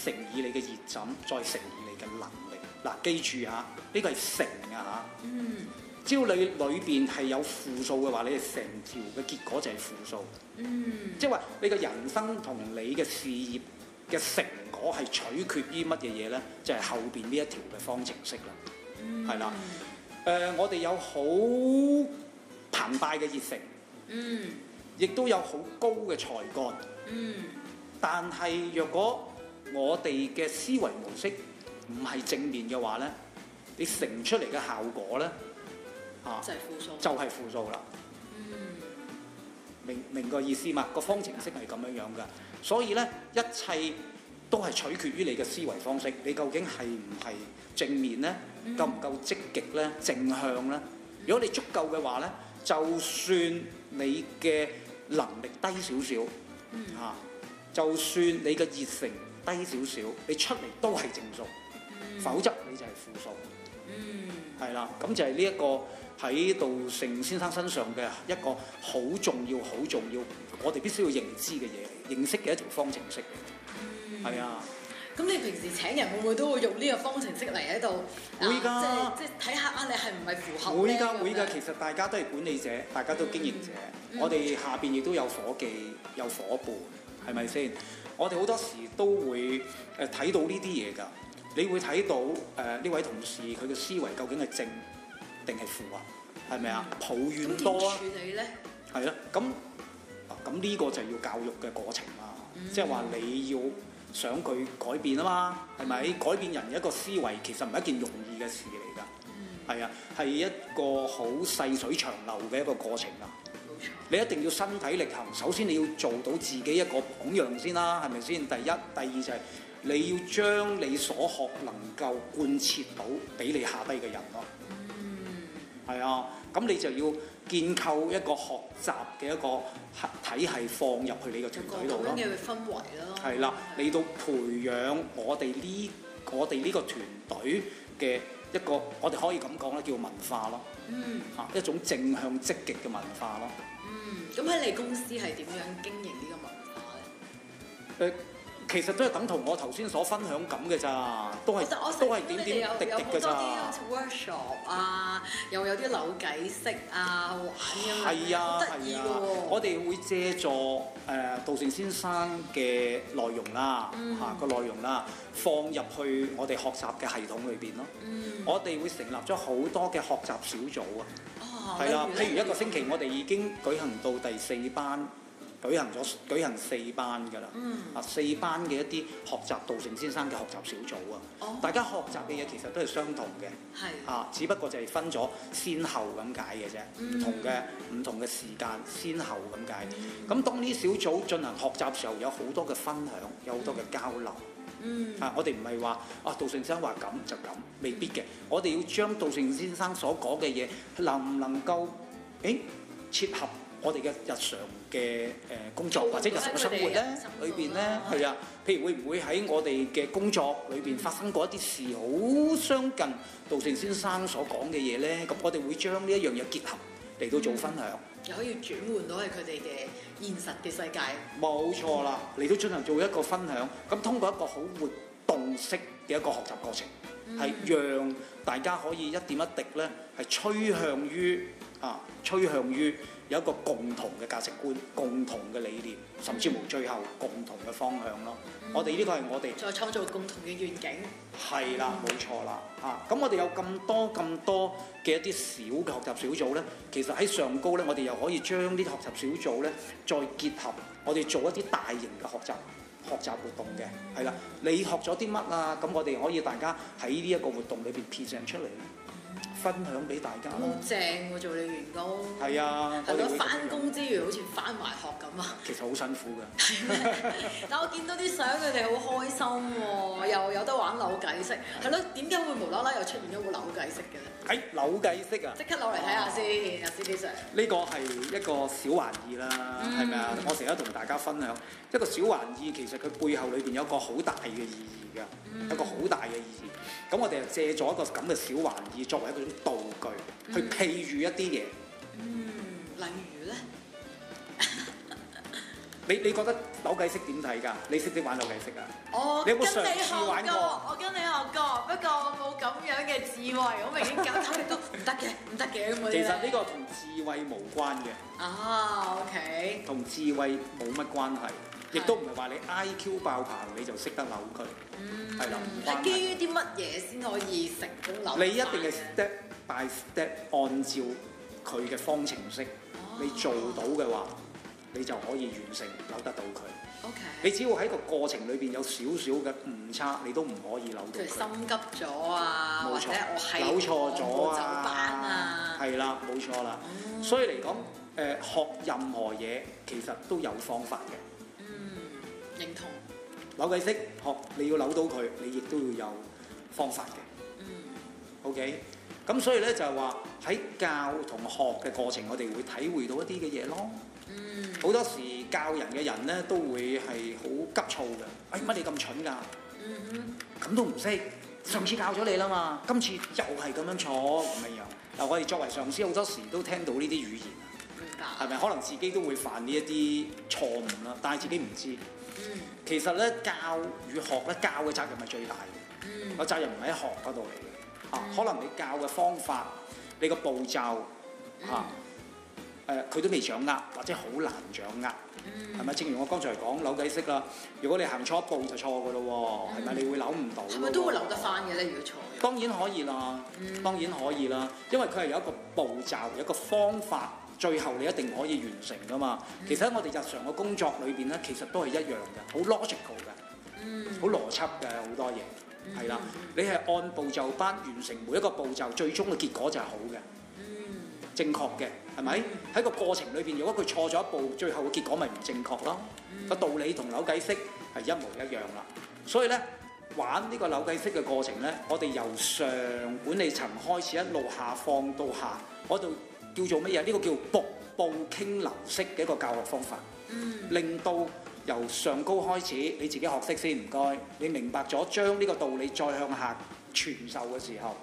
S6: 乘以你嘅熱忱，再乘以你嘅能力。嗱、記住啊，呢個係乘啊嚇。
S5: 嗯
S6: 只要你裏邊係有負數嘅話，你係成條嘅結果就係負數，
S5: 嗯
S6: 即係話你嘅人生同你嘅事業嘅成果係取決於乜嘢嘢呢？就係、後邊呢一條嘅方程式啦。
S5: 嗯
S6: 係啦誒、我哋有好澎湃嘅熱誠，
S5: 嗯
S6: 亦都有好高嘅才幹，
S5: 嗯
S6: 但係若果我哋嘅思維模式唔係正面嘅話呢，你成出嚟嘅效果呢，啊
S5: 就係負數。
S6: 就係負數啦。
S5: 嗯
S6: 明明個意思嘛，個方程式係咁樣樣噶，所以咧一切都係取決於你嘅思維方式，你究竟係唔係正面咧，夠唔夠積極咧，正向咧？如果你足夠嘅話咧，就算你嘅能力低少少，
S5: 嗯
S6: 嚇、就算你嘅熱誠低少少，你出嚟都係正數，否則你就係負數。
S5: 嗯
S6: 係啦，咁就係呢一個喺杜成先生身上嘅一個好重要、好重要，我哋必須要認知嘅嘢，認識嘅一條方程式嚟。係啊，
S5: 咁你平時請人會唔會都會用呢個方程式嚟喺度？
S6: 會㗎
S5: 啊即係即係睇下啊，你係唔係符合
S6: 會
S5: 咧
S6: 㗎
S5: 咁
S6: 會
S5: 樣
S6: 㗎，其實大家都係管理者，大家都經營者，我哋下邊亦都有伙計、有伙伴，係咪先？我哋好多時都會誒睇到呢啲嘢㗎，你會睇到誒呢位同事佢嘅思維究竟係正定係負啊？係咪啊？抱怨
S5: 咁
S6: 多
S5: 點
S6: 啊
S5: 處？理咧？
S6: 係啊啦，咁啊咁呢個就要教育嘅過程啦，即係話你要想佢改變啊嘛，係咪？改變人一個思維其實唔係一件容易嘅事嚟㗎，係啊，係一個好細水長流嘅一個過程啊。你一定要身體力行，首先你要做到自己一個榜樣先啦，係咪先？第一，第二就係你要將你所學能夠貫徹到俾你下低嘅人咯。係啊，咁你就要建構一個學習嘅一個體系放入去你個團隊度咯。
S5: 氛圍咯
S6: 係啦，嚟到培養我哋呢我哋呢個團隊嘅一個，我哋可以咁講咧，叫文化咯，
S5: 嗯
S6: 啊一種正向積極嘅文化咯。
S5: 嗯，咁喺你公司係點樣經營呢個文化咧？
S6: 誒、呃其實都係等同我頭先所分享咁嘅咋，都係
S5: 但我成
S6: 都
S5: 日
S6: 係
S5: 見
S6: 點
S5: 你哋有
S6: 點滴
S5: 有好多
S6: 滴嘅咋。
S5: 啲啊 workshop 啊，又有啲扭計式啊，玩咁樣，
S6: 係啊
S5: 好得意嘅
S6: 係啊，
S5: 喎。
S6: 我哋會借助誒、呃、杜成先生嘅內容啦，
S5: 嗯
S6: 嚇個、內容啦，放入去我哋學習嘅系統裏邊咯。
S5: 嗯
S6: 我哋會成立咗好多嘅學習小組啊。
S5: 哦
S6: 係啦，
S5: 例咧
S6: 譬如一個星期，我哋已經舉行到第四班，舉行咗舉行四班㗎啦。
S5: 嗯
S6: 啊，四班嘅一啲學習道成先生嘅學習小組啊，
S5: 哦
S6: 大家學習嘅嘢其實都係相同嘅。
S5: 係
S6: 啊，只不過就係分咗先後咁解嘅啫，唔、同嘅唔同嘅時間先後咁解。咁、當呢小組進行學習時候，有好多嘅分享，有好多嘅交流。
S5: 嗯
S6: 啊！我哋唔係話啊，杜成先生話咁就咁，未必嘅。我哋要將杜成先生所講嘅嘢，能唔能夠誒切合我哋嘅日常嘅誒工作或者日常嘅生活咧裏邊咧，係啊，譬如會唔會喺我哋嘅工作裏邊發生過一啲事好相近杜成先生所講嘅嘢咧？咁我哋會將呢一樣嘢結合嚟到做分享。
S5: 又可以轉換到去佢哋嘅現實嘅世界。
S6: 冇錯啦，嚟到進行做一個分享，咁通過一個好活動式嘅一個學習過程，係、讓大家可以一點一滴呢，係趨向於啊，趨向於有一個共同嘅價值觀、共同嘅理念，甚至乎最後共同嘅方向咯。我哋呢個係我哋
S5: 再創造共同嘅願景，
S6: 係啦，冇錯啦，啊，咁我哋有咁多咁多嘅一啲小嘅學習小組呢，其實喺上高呢，我哋又可以將呢啲學習小組呢，再結合我哋做一啲大型嘅學習學習活動嘅，係啦，你學咗啲乜啊？咁我哋可以大家喺呢一個活動裏邊 present 出嚟啦，分享俾大家
S5: 好
S6: 啦。
S5: 正喎！做你員工，
S6: 係啊，嗯我
S5: 嗯係咯，
S6: 哋會咁樣
S5: 翻，工之餘好似翻埋學咁
S6: (laughs)
S5: 啊！
S6: 其實好辛苦㗎。
S5: 但我見到啲相，佢哋好開心喎，又有得玩扭計式，係咯？點解會無啦啦又出現咗個扭計式嘅咧？
S6: 誒扭計式啊！
S5: 即刻攞嚟睇下
S6: 哦
S5: 先，阿 C D Sir。
S6: 呢個係一個小玩意啦，係咪啊？我成日都同大家分享一個小玩意，其實佢背後裏邊有一個好大嘅意義㗎，一個好大嘅意義。咁我哋就借咗一個咁嘅小玩意作為一種道具，去譬喻一啲嘢。
S5: 嗯，例如咧，
S6: 你你覺得扭計式點睇㗎？你識唔識玩扭計式啊？
S5: 我
S6: 你
S5: 跟
S6: 有
S5: 你
S6: 冇
S5: 學過，
S6: 嘗試玩過
S5: 我跟你學過，不過我冇咁樣嘅智慧，我明顯搞搞你都唔得嘅，唔得嘅咁嗰啲
S6: 其
S5: 咧
S6: 實呢個同智慧無關嘅，
S5: 啊，OK，
S6: 同智慧冇乜關係，亦都唔係話你 I.Q. 爆棚你就識得扭佢，係啦、唔關
S5: 係
S6: 係
S5: 基於啲乜嘢先可以成功扭
S6: 嗯你一定係
S5: 嘅
S6: step by step 按照佢嘅方程式，
S5: 哦
S6: 你做到嘅話，你就可以完成扭得到佢。
S5: OK，
S6: 你只要喺個過程裏邊有少少嘅誤差，你都唔可以扭到
S5: 譬如
S6: 佢。
S5: 心急咗啊，或
S6: 冇
S5: 者
S6: 錯
S5: 我，係
S6: 扭錯咗
S5: 走板
S6: 啊
S5: 啊，，哦
S6: 係啦，冇錯啦。所以嚟講，誒、學任何嘢其實都有方法嘅。
S5: 認同，
S6: 扭計式學你要扭到佢，你亦都要有方法嘅。OK，咁所以咧就係話喺教同學嘅過程，我哋會體會到一啲嘅嘢咯。好多時教人嘅人咧都會係好急躁嘅。哎，乜你咁蠢㗎？咁都唔識，上次教咗你啦嘛，今次又係咁樣錯咁樣樣。嗱，我哋作為上司好多時都聽到呢啲語言。
S5: 明
S6: 係
S5: 白，
S6: 咪？可能自己都會犯呢一啲錯誤啦，但係自己唔知。其實咧，教與學咧，教嘅責任係最大
S5: 嗯
S6: 嘅。個、責任唔喺學嗰度嚟嘅。啊，可能你教嘅方法、你個步驟啊，誒、
S5: 嗯
S6: 佢都未掌握，或者好難掌握。係咪？正如我剛才講扭計式啦，如果你行錯一步就錯㗎咯喎，係咪？你會扭唔到。
S5: 嗯係咪都會扭得翻嘅咧？如果錯嘅，
S6: 當然可以啦，當然可以啦，因為佢係有一個步驟，有一個方法，最後你一定可以完成噶嘛。其實喺我哋日常嘅工作裏邊咧，其實都係一樣嘅，好 logical 嘅。好邏輯嘅好多嘢，係啦，你係按部就班完成每一個步驟，最終嘅結果就係好嘅，正確嘅，係咪？喺個過程裏邊，如果佢錯咗一步，最後嘅結果咪唔正確咯。個道理同扭計式係一模一樣啦。所以咧，玩呢個扭計式嘅過程咧，我哋由上管理層開始一路下放到下，嗰度叫做乜嘢？呢個叫瀑布傾流式嘅一個教學方法。令到由上高開始，你自己學識先，唔該。你明白咗將呢個道理再向下傳授嘅時候，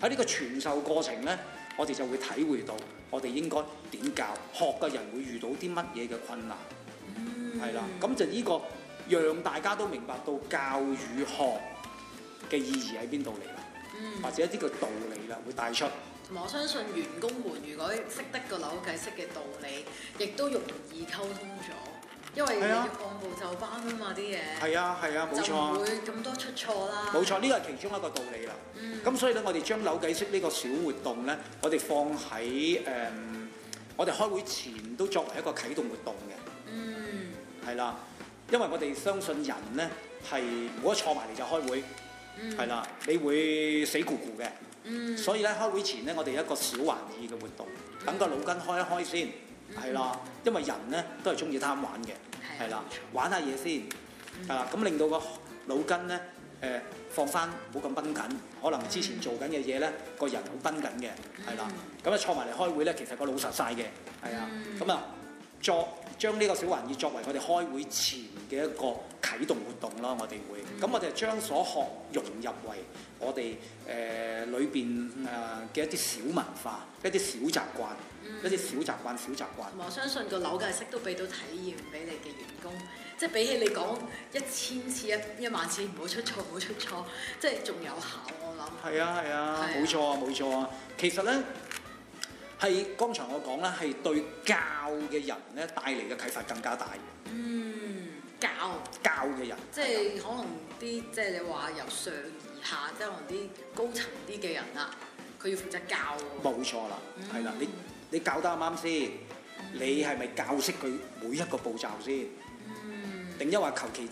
S6: 喺呢個傳授過程呢，我哋就會體會到我哋應該點教，學嘅人會遇到啲乜嘢嘅困難，係啦、咁就呢個讓大家都明白到教與學嘅意義喺邊度嚟啦，或者一啲嘅道理啦，會帶出。
S5: 我相信員工們如果識得個扭計式嘅道理，亦都容易溝通咗，因為你
S6: 係
S5: 要
S6: 啊
S5: 按部就班啊嘛啲嘢，
S6: 係啊，係啊，冇
S5: 就
S6: 錯
S5: 唔
S6: 啊。
S5: 會咁多出錯啦。
S6: 冇錯，呢個係其中一個道理啦。
S5: 嗯
S6: 咁、所以咧，我哋將扭計式呢個小活動咧，我哋放喺誒、嗯我哋開會前都作為一個啟動活動嘅，
S5: 嗯，
S6: 係啦。因為我哋相信人咧係冇得坐埋嚟就開會，
S5: 嗯
S6: 係啦、你會死咕咕嘅。所以咧，開會前咧，我哋有一個小玩意嘅活動，
S5: 嗯
S6: 等個腦筋開一開先，係啦。因為人咧都係中意貪玩嘅，
S5: 係啊
S6: 係啦
S5: 冇錯，
S6: 玩下嘢先，係啦，啊咁令到個腦筋咧誒、放翻冇咁繃緊，可能之前做緊嘅嘢咧個人好繃緊嘅，係啦。咁啊坐埋嚟開會咧，其實個腦實晒嘅，係啊。咁啊作將呢個小玩意作為我哋開會前嘅一個啟動活動啦，我哋會。咁我哋將所學融入為我哋誒裏邊誒嘅一啲小文化、一啲小習慣、一啲小習慣、小習慣。
S5: 我相信個扭計式都俾到體驗俾你嘅員工，即係比起你講一千次、一一萬次唔好出錯、唔好出錯，即係仲有效我諗。
S6: 係啊係啊，
S5: 係啊
S6: 冇錯啊冇錯啊。其實咧係剛才我講啦，係對教嘅人咧帶嚟嘅啟發更加大嘅。
S5: 嗯，教
S6: 教嘅人
S5: 即係可能啲即係你話由上而下，即係可能啲高層啲嘅人啦，佢要負責教喎。
S6: 冇錯啦，係啦，你你教得啱唔啱先？你係咪教識佢每一個步驟先？定一話求其，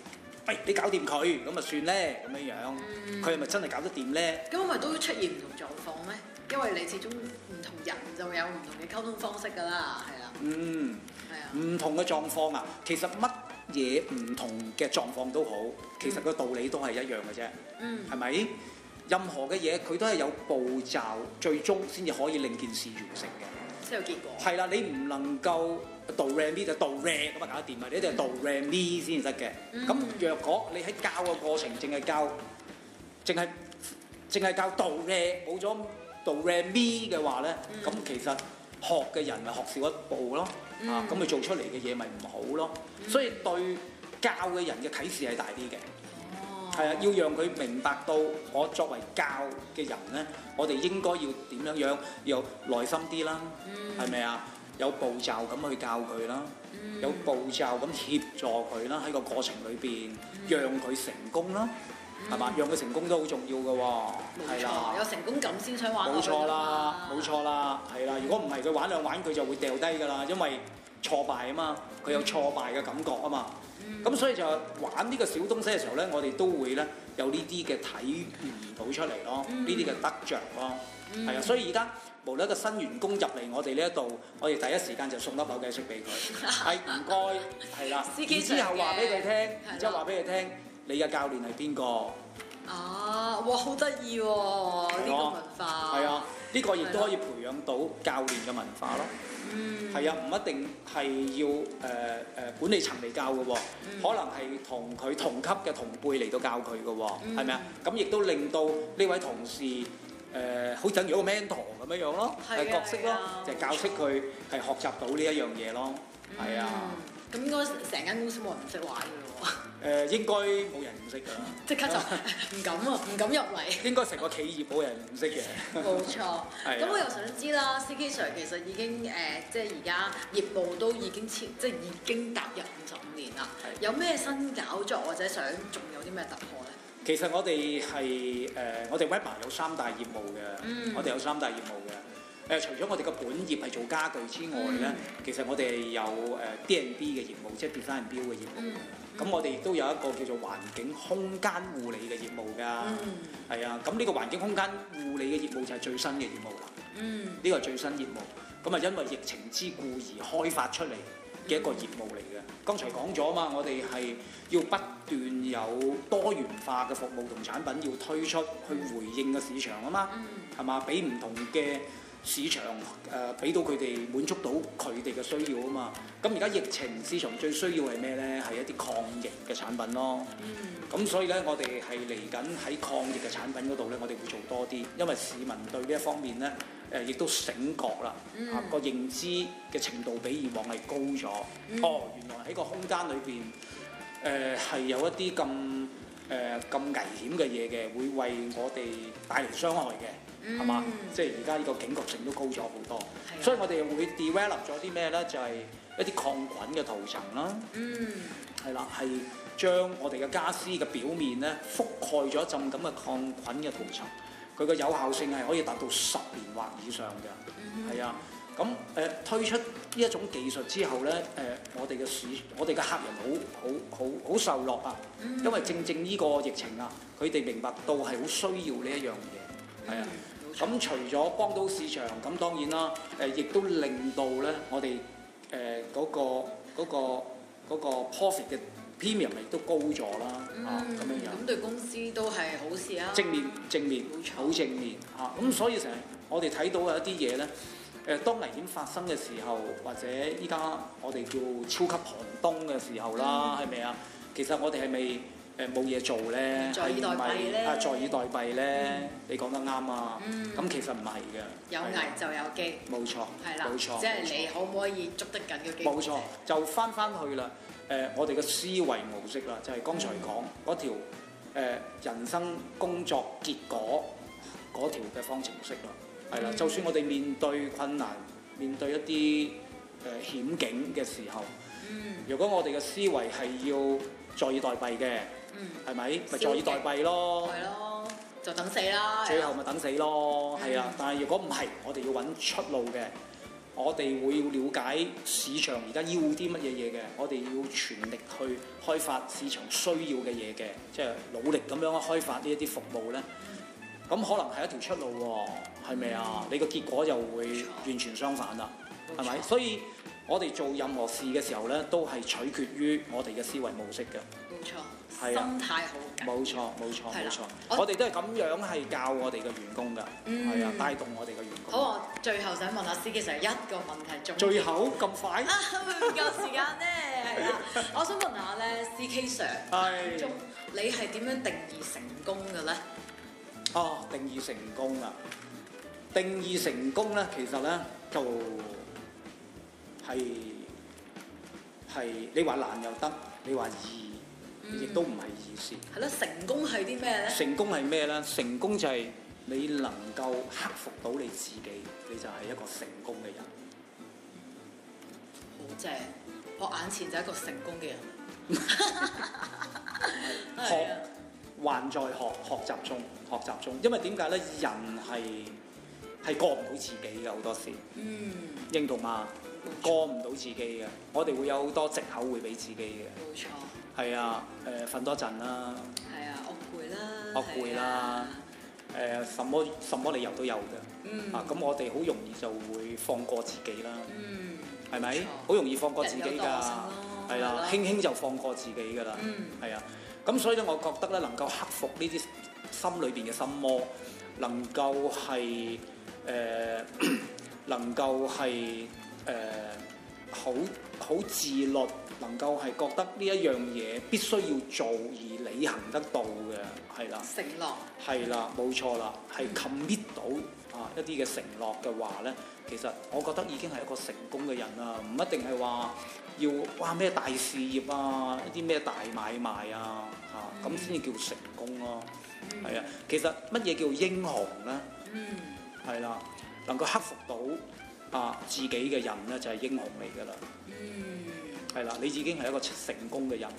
S6: 喂你搞掂佢咁啊算咧咁樣樣，佢係咪真係搞得掂咧？
S5: 咁咪都出現唔同狀況咧，因為你始終唔同人就會有唔同嘅溝通方式㗎啦，係啦，
S6: 嗯。
S5: 係啊，
S6: 唔同嘅狀況啊，其實乜嘢唔同嘅狀況都好，其實個道理都係一樣嘅啫，
S5: 嗯
S6: 係咪？任何嘅嘢佢都係有步驟，最終先至可以令件事完成嘅。
S5: 即係有結果。
S6: 係啦，你唔能夠道 r 咪就道 r 咁啊搞得掂啊，你一定係道 r 咪先至得嘅。咁若果你喺教嘅過程淨係教，淨係淨係教道 r 冇咗道 r 咪嘅話咧，咁、其實學嘅人咪學少一步咯，啊咁佢做出嚟嘅嘢咪唔好咯。所以對教嘅人嘅啟示係大啲嘅。
S5: 哦
S6: 係啊，要讓佢明白到我作為教嘅人咧，我哋應該要點樣樣，又耐心啲啦，
S5: 嗯
S6: 係咪啊？有步驟咁去教佢啦，
S5: 嗯
S6: 有步驟咁協助佢啦，喺個過程裏邊，
S5: 嗯
S6: 讓佢成功啦，係嘛？讓佢成功都好重要嘅喎，
S5: 冇
S6: 係啦
S5: 錯，有。成功感先想玩落
S6: 冇
S5: 去㗎啊
S6: 錯啦
S5: 嘛，
S6: 冇。錯啦，係啦。如果唔係佢玩兩玩，佢就會掉低㗎啦，因為挫敗啊嘛，佢有挫敗嘅感覺啊嘛。
S5: 嗯
S6: 咁、所以就玩呢個小東西嘅時候咧，我哋都會咧有呢啲嘅體驗到出嚟咯，
S5: 嗯
S6: 呢啲嘅得着咯，係啊、所以而家無論一個新員工入嚟我哋呢一度，我哋第一時間就送粒扭計式
S5: (laughs)
S6: 俾佢，係唔該，係啦。
S5: 司機
S6: 然之後話俾佢聽，
S5: 上嘅
S6: 然之後話俾佢聽，你嘅教練係邊個？
S5: 啊，哇，好得意喎！呢個文化。
S6: 係啊，呢個亦都可以培養到教練嘅文化咯。
S5: 嗯
S6: 係啊，唔一定係要誒誒、呃呃管理層嚟教嘅喎，
S5: 嗯
S6: 可能係同佢同級嘅同輩嚟到教佢嘅喎，
S5: 嗯
S6: 係咪啊？咁亦都令到呢位同事誒、呃好等於一個 mentor 咁樣樣咯，
S5: 係啊
S6: 係角色
S5: 係
S6: 咯
S5: 啊，
S6: 就係教識佢係學習到呢一樣嘢咯。
S5: 嗯
S6: 係啊，
S5: 咁應該成間公司冇人唔識玩㗎咯
S6: 誒、應該冇人唔識㗎啦，
S5: (laughs) 喎，即刻就 (laughs) 唔敢啊，唔敢入嚟。
S6: 應該成個企業冇人唔識嘅。
S5: 冇錯，
S6: 係啊
S5: 咁我又想知啦，CK Sir 其實已經誒、呃即係而家業務都已經切，即係已經踏入五十五年啦。有咩新搞作或者想仲有啲咩突破咧？
S6: 其實我哋係誒，我哋 Weber 有三大業務嘅，我哋有三大業務嘅。誒、除咗我哋嘅本業係做家具之外咧，其實我哋有誒 D&B 嘅業務，即係 design and build 嘅業務。咁我哋亦都有一個叫做環境空間護理嘅業務㗎，係啊、咁呢個環境空間護理嘅業務就係最新嘅業務啦。
S7: 嗯，
S6: 呢個係最新業務，咁啊因為疫情之故而開發出嚟嘅一個業務嚟嘅。剛才講咗嘛，我哋係要不斷有多元化嘅服務同產品要推出，去回應個市場啊嘛，係嘛、俾唔同嘅市場誒俾、到佢哋滿足到佢哋嘅需要啊嘛。咁而家疫情市場最需要係咩呢？係一啲抗疫嘅產品咯。嗯咁所以咧，我哋係嚟緊喺抗疫嘅產品嗰度咧，我哋會做多啲，因為市民對呢一方面咧，誒、亦都醒覺啦，啊個、認知嘅程度比以往係高咗。哦，原來喺個空間裏邊，誒、係有一啲咁誒咁危險嘅嘢嘅，會為我哋帶嚟傷害嘅，係嘛、即係而家呢個警覺性都高咗好多，
S7: 啊
S6: 所以我哋會 develop 咗啲咩咧？就係、一啲抗菌嘅塗層啦。係啦，係將我哋嘅家私嘅表面咧覆蓋咗一浸咁嘅抗菌嘅塗層，佢嘅有效性係可以達到十年或以上嘅，係啊、咁誒、呃推出呢一種技術之後咧，誒、我哋嘅市，我哋嘅客人好好好好受落啊，因為正正呢個疫情啊，佢哋明白到係好需要呢一樣嘢，係啊。咁除咗幫到市場，咁當然啦，誒、亦都令到咧我哋誒嗰個嗰、個嗰、個 profit 嘅 premium 亦都高咗啦，啊咁樣
S7: 咁
S6: 樣
S7: 對公司都係好事啊。
S6: 正面正面
S7: 冇錯
S6: 好正面啊！咁所以成日我哋睇到有一啲嘢咧，誒、當危險發生嘅時候，或者依家我哋叫超級寒冬嘅時候啦，
S7: 嗯
S6: 係咪啊？其實我哋係咪誒冇嘢做咧？
S7: 坐以待斃
S6: 係咪
S7: 咧
S6: 啊，坐以待斃咧，你講得啱啊！咁、其實唔係嘅，
S7: 嗯有
S6: 係
S7: 危
S6: 啊
S7: 就有機，
S6: 冇錯，
S7: 係啦，
S6: 冇錯，
S7: 即係你可唔可以捉得緊個機？
S6: 冇錯，就翻翻去啦。誒、我哋嘅思維模式啦，就係、剛才講嗰條、誒人生工作結果嗰條嘅方程式咯。係啦，就算我哋面對困難，面對一啲誒、險境嘅時候，如果我哋嘅思維係要坐以待斃嘅，係咪、咪坐以待斃咯。
S7: 係咯，就等死啦。
S6: 最後咪等死咯，係啊！但係如果唔係，我哋要揾出路嘅，我哋會了解市場而家要啲乜嘢嘢嘅，我哋要全力去開發市場需要嘅嘢嘅，即係努力咁樣開發呢一啲服務呢。咁可能係一條出路喎、係咪啊？你個結果就會完全相反啦，係咪？所以我哋做任何事嘅時候呢，都係取決於我哋嘅思維模式嘅。
S7: 冇錯，
S6: 係啊
S7: 心態好緊。
S6: 冇錯冇錯
S7: 係
S6: 冇
S7: 啦
S6: 錯，
S7: 我
S6: 我哋都係咁樣係教我哋嘅員工㗎，係啊，帶動我哋嘅員
S7: 好，
S6: 工。
S7: 我最後想問下司機 Sir 一個問題仲
S6: 最後咁快
S7: 啊，，會唔夠時間呢？係啦，我想問下咧司機 Sir，
S6: 係
S7: 中你係點樣定義成功嘅咧？
S6: 哦，定義成功啊！定義成功咧，其實咧就係係你話難又得，你話易，亦都唔係易事。
S7: 係咯，成功係啲咩咧？
S6: 成功係咩呢？成功就係你能夠克服到你自己，你就係一個成功嘅人。
S7: 好正，我眼前就係一個成功嘅人。係
S6: (laughs) 學
S7: 啊，
S6: 還在學學習中，學習中。因為點解咧？人係係過唔到自己嘅好多時，
S7: 嗯，
S6: 認同嘛？過唔到自己嘅，我哋會有好多藉口會俾自己嘅。
S7: 冇錯，
S6: 係啊，誒、瞓多陣啦，
S7: 係啊，我攰啦，啊
S6: 我攰啦，誒、什麼什麼理由都有嘅。
S7: 嗯
S6: 啊，咁我哋好容易就會放過自己
S7: 係
S6: 啦，
S7: 啊，嗯，
S6: 係咪
S7: 冇錯？
S6: 好容易放過自己
S7: 人有
S6: 㗎，
S7: 惰性咯
S6: 係啦，
S7: 係
S6: 輕
S7: 咯
S6: 輕就放過自己㗎啦。
S7: 嗯
S6: 係啊，咁所以咧，我覺得咧，能夠克服呢啲心裏邊嘅心魔，能夠係誒、呃 (clears throat) 能夠係誒好好自律，能夠係覺得呢一樣嘢必須要做而履行得到嘅，係啦，
S7: 承諾。
S6: 係啦，冇錯啦，係 commit 到啊一啲嘅承諾嘅話咧，其實我覺得已經係一個成功嘅人啦，唔一定係話要哇咩大事業啊，一啲咩大買賣啊嚇，咁先至叫成功咯。
S5: 嗯
S6: 係啊，其實乜嘢叫英雄咧？係啦，能夠克服到啊自己嘅人
S7: 嗯
S6: 咧，就係英雄嚟㗎啦。係啦，你已經係一個成功嘅人啦。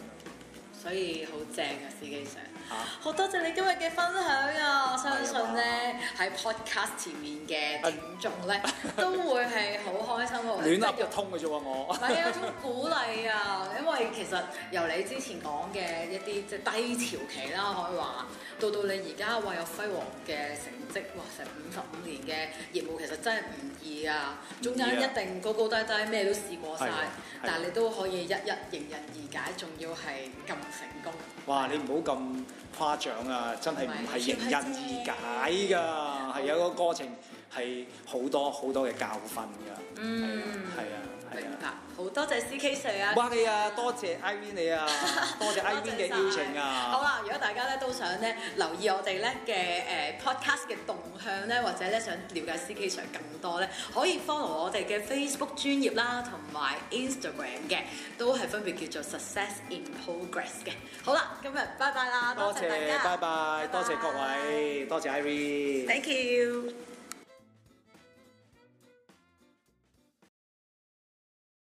S5: 所以好正啊司機上
S6: 嚇。
S5: 好多謝你今日嘅分享啊！我相信咧
S6: 啊
S5: 喺 podcast 前面嘅聽眾
S6: (laughs)
S5: 咧都會係好開心喎，
S6: 亂
S5: 哦即係
S6: 噏就通嘅啫喎，我
S5: 唔係有種鼓勵啊，因為其實由你之前講嘅一啲即係低潮期啦，可以話到到你而家話有輝煌嘅成績，哇！成五十五年嘅業務其實真係唔易啊，中間
S6: 唔易啊
S5: 一定高高低低咩都試過晒
S6: 係啊，係啊
S5: 但係你都可以一一迎刃而解，仲要係咁成功。
S6: 哇！你唔好咁誇張啊，真係唔係迎刃而解㗎，係啊有個過程係好多好多嘅教訓㗎，係啊係啊係
S5: 明
S6: 啊。
S5: 白，好多謝 C K Sir 啊！
S6: 哇！你啊，多謝 Ivy 你 (laughs) 啊，多謝 Ivy 嘅邀請
S5: 好啦，
S6: 啊，
S5: 如果大家咧都想咧留意我哋咧嘅誒呃 podcast 嘅動向咧，或者咧想了解 CK Sir 更多咧，可以 follow 我哋嘅 Facebook 專頁啦，同埋 Instagram 嘅，都係分別叫做 Success in Progress 嘅。好啦，今日拜拜啦，
S6: 啊多
S5: 大
S6: 謝，
S5: 家，
S6: 拜拜，多謝各位，多謝 Ivy。
S5: ，Thank you。